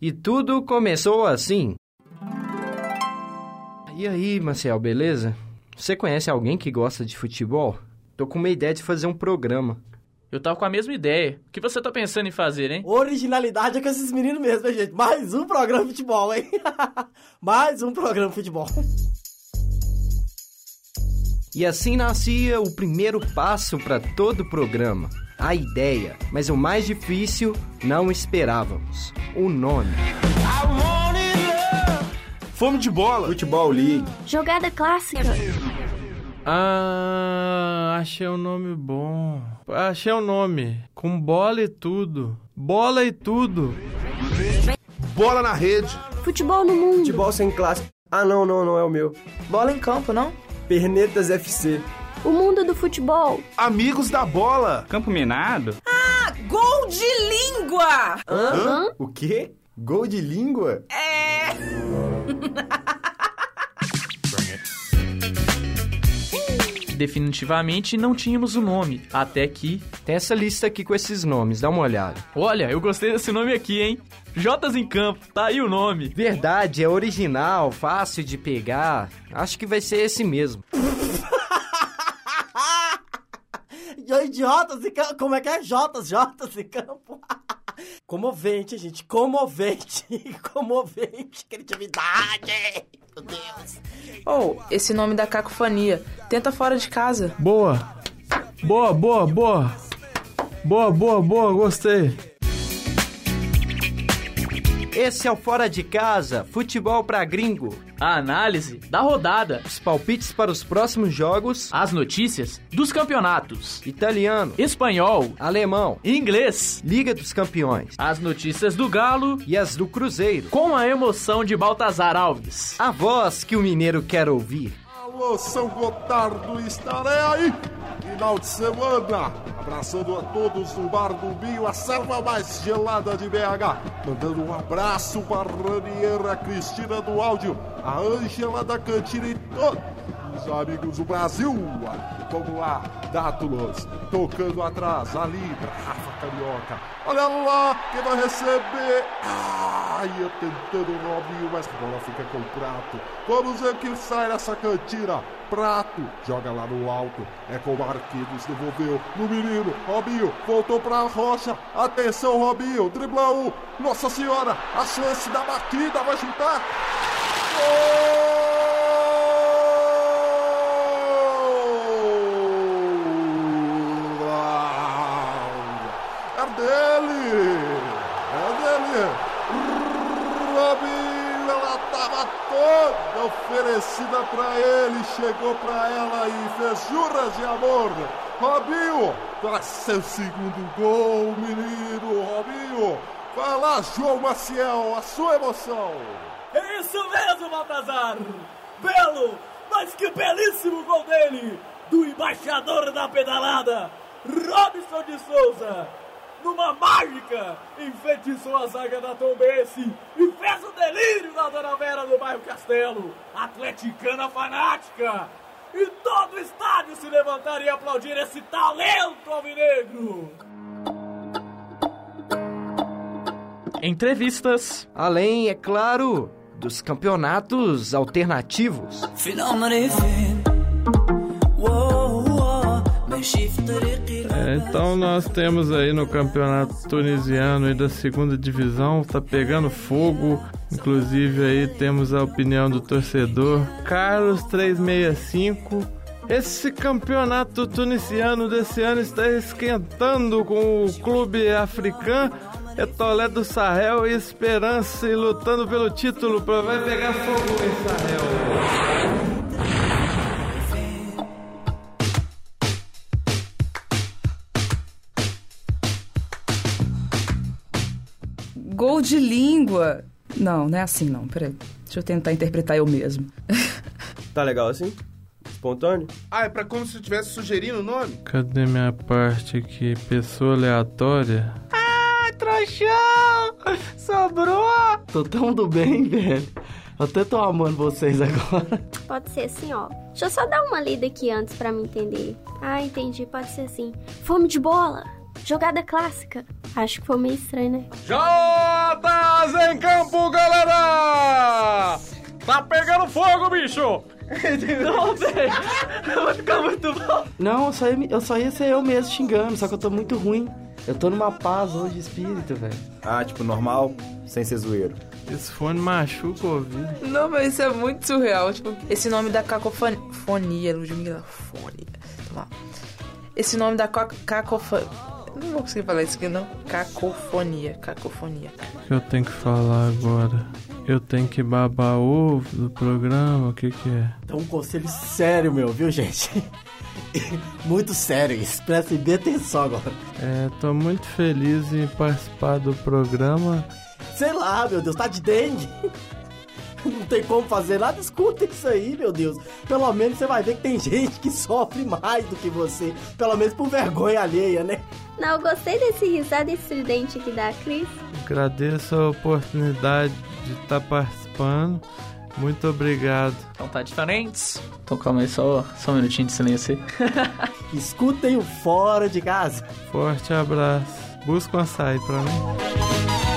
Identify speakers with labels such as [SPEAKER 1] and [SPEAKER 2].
[SPEAKER 1] E tudo começou assim. E aí, Marcel, beleza? Você conhece alguém que gosta de futebol? Tô com uma ideia de fazer um programa.
[SPEAKER 2] Eu tava com a mesma ideia. O que você tá pensando em fazer, hein?
[SPEAKER 3] Originalidade é com esses meninos mesmo, hein, gente? Mais um programa de futebol, hein? Mais um programa de futebol.
[SPEAKER 1] E assim nascia o primeiro passo para todo o programa: a ideia. Mas o mais difícil não esperávamos: o nome.
[SPEAKER 4] Fome de bola.
[SPEAKER 5] Futebol League.
[SPEAKER 6] Jogada clássica.
[SPEAKER 7] Ah, achei um nome bom. Achei um nome. Com bola e tudo. Bola e tudo.
[SPEAKER 4] Bola na rede.
[SPEAKER 6] Futebol no mundo.
[SPEAKER 5] Futebol sem classe. Ah, não, não, não é o meu.
[SPEAKER 8] Bola em campo, não?
[SPEAKER 5] Pernetas FC.
[SPEAKER 6] O mundo do futebol.
[SPEAKER 4] Amigos da bola.
[SPEAKER 9] Campo minado.
[SPEAKER 8] Ah, Gol de língua!
[SPEAKER 5] O quê? Gol de língua?
[SPEAKER 8] É.
[SPEAKER 2] Definitivamente não tínhamos o nome, até que...
[SPEAKER 1] Tem essa lista aqui com esses nomes, dá uma olhada.
[SPEAKER 2] Olha, eu gostei desse nome aqui, hein? Jotas em Campo, tá aí o nome.
[SPEAKER 1] Verdade, é original, fácil de pegar. Acho que vai ser esse mesmo.
[SPEAKER 3] Jotas em campo. Como é que é? Jotas, Jotas em campo. Comovente, gente. Comovente. Comovente. Criatividade. Meu Deus.
[SPEAKER 8] Ou, Oh, esse nome da cacofania. Tenta fora de casa.
[SPEAKER 7] Boa. Boa, boa, boa. Boa, boa, boa, gostei.
[SPEAKER 1] Esse é o Fora de Casa, futebol pra gringo.
[SPEAKER 2] A análise da rodada.
[SPEAKER 1] Os palpites para os próximos jogos:
[SPEAKER 2] As notícias dos campeonatos.
[SPEAKER 1] italiano,
[SPEAKER 2] Espanhol.
[SPEAKER 1] alemão,
[SPEAKER 2] Inglês.
[SPEAKER 1] Liga dos Campeões
[SPEAKER 2] As notícias do Galo.
[SPEAKER 1] e as do Cruzeiro.
[SPEAKER 2] Com a emoção de Baltazar Alves.
[SPEAKER 1] A voz que o mineiro quer ouvir.
[SPEAKER 4] Alô, São Gotardo, estarei aí. Final de semana. Abraçando a todos no Bar do Binho, a serva mais gelada de BH. Mandando um abraço para a Raniera, a Cristina do áudio, a Ângela da Cantina e todos os amigos do Brasil. Vamos lá, Dátulos, tocando atrás, ali, Rafa Carioca. Olha lá, quem vai receber? Ah, ia tentando o Robinho, mas a bola fica com o Prato. Vamos ver quem sai dessa cantina. Prato, joga lá no alto. É com o Arquivos, devolveu no menino. Robinho, voltou pra Rocha. Atenção, Robinho, dribla um. Nossa Senhora, a chance da batida, vai chutar. Gol! É dele! É dele! Robinho, ela tava toda oferecida pra ele, chegou pra ela e fez juras de amor. Robinho, traz seu segundo gol, menino, Robinho. Vai lá, João Maciel, a sua emoção.
[SPEAKER 3] É isso mesmo, Baltazar! Belo, mas que belíssimo gol dele! Do embaixador da pedalada, Robson de Souza! Numa mágica, enfeitiçou a zaga da Tombense e fez o delírio da Dona Vera do bairro Castelo, atleticana fanática! E todo o estádio se levantar e aplaudir esse talento alvinegro!
[SPEAKER 2] Entrevistas.
[SPEAKER 1] Além, é claro, dos campeonatos alternativos.
[SPEAKER 7] É, então nós temos aí no campeonato tunisiano e da segunda divisão, tá pegando fogo. Inclusive aí temos a opinião do torcedor Carlos 365. Esse campeonato tunisiano desse ano está esquentando com o clube africano Etolé do Sahel e Esperança e lutando pelo título. pra- Vai pegar fogo em Sahel.
[SPEAKER 8] Gol de língua. Não, não é assim não, peraí. Deixa eu tentar interpretar eu mesmo.
[SPEAKER 5] Tá legal assim? Espontâneo?
[SPEAKER 4] Ah, é pra como se eu estivesse sugerindo o nome?
[SPEAKER 7] Cadê minha parte aqui? Pessoa aleatória?
[SPEAKER 10] Trouxão! Sobrou! Tô tão do bem, velho. Eu até tô amando vocês agora.
[SPEAKER 6] Pode ser assim, ó. Deixa eu só dar uma lida aqui antes pra me entender. Ah, entendi. Pode ser assim. Fome de bola. Jogada clássica. Acho que foi meio estranho, né?
[SPEAKER 7] Jotas em campo! Tá pegando fogo, bicho!
[SPEAKER 10] Não, velho. Vai ficar muito bom. Não, eu só, ia, me- eu só ia ser eu mesmo xingando, só que eu tô muito ruim. Eu tô numa paz hoje de espírito, velho.
[SPEAKER 5] Ah, tipo, normal, sem ser zoeiro.
[SPEAKER 7] Esse fone machuca o ouvido.
[SPEAKER 8] Não, mas isso é muito surreal. Tipo, esse nome da cacofonia. Fonia, Ludmilla. Fonia. Toma. Esse nome da cacofonia. Não vou conseguir falar isso aqui, não. Cacofonia. Cacofonia.
[SPEAKER 7] O que eu tenho que falar agora? Eu tenho que babar ovo do programa? O que que é?
[SPEAKER 10] Então, um conselho sério, meu, viu, gente? muito sério isso. Prestem bem atenção agora.
[SPEAKER 7] É, tô muito feliz em participar do programa.
[SPEAKER 10] Sei lá, meu Deus, tá de dengue. Não tem como fazer nada, escuta isso aí, meu Deus. Pelo menos você vai ver que tem gente que sofre mais do que você. Pelo menos por vergonha alheia, né?
[SPEAKER 6] Não, eu gostei desse risado estridente aqui da Cris.
[SPEAKER 7] Agradeço a oportunidade de estar participando. Muito obrigado.
[SPEAKER 2] Então tá diferente. Então calma aí, só, só um minutinho de silêncio aí.
[SPEAKER 10] Escutem o fora de casa.
[SPEAKER 7] Forte abraço. Busca uma saída pra um mim.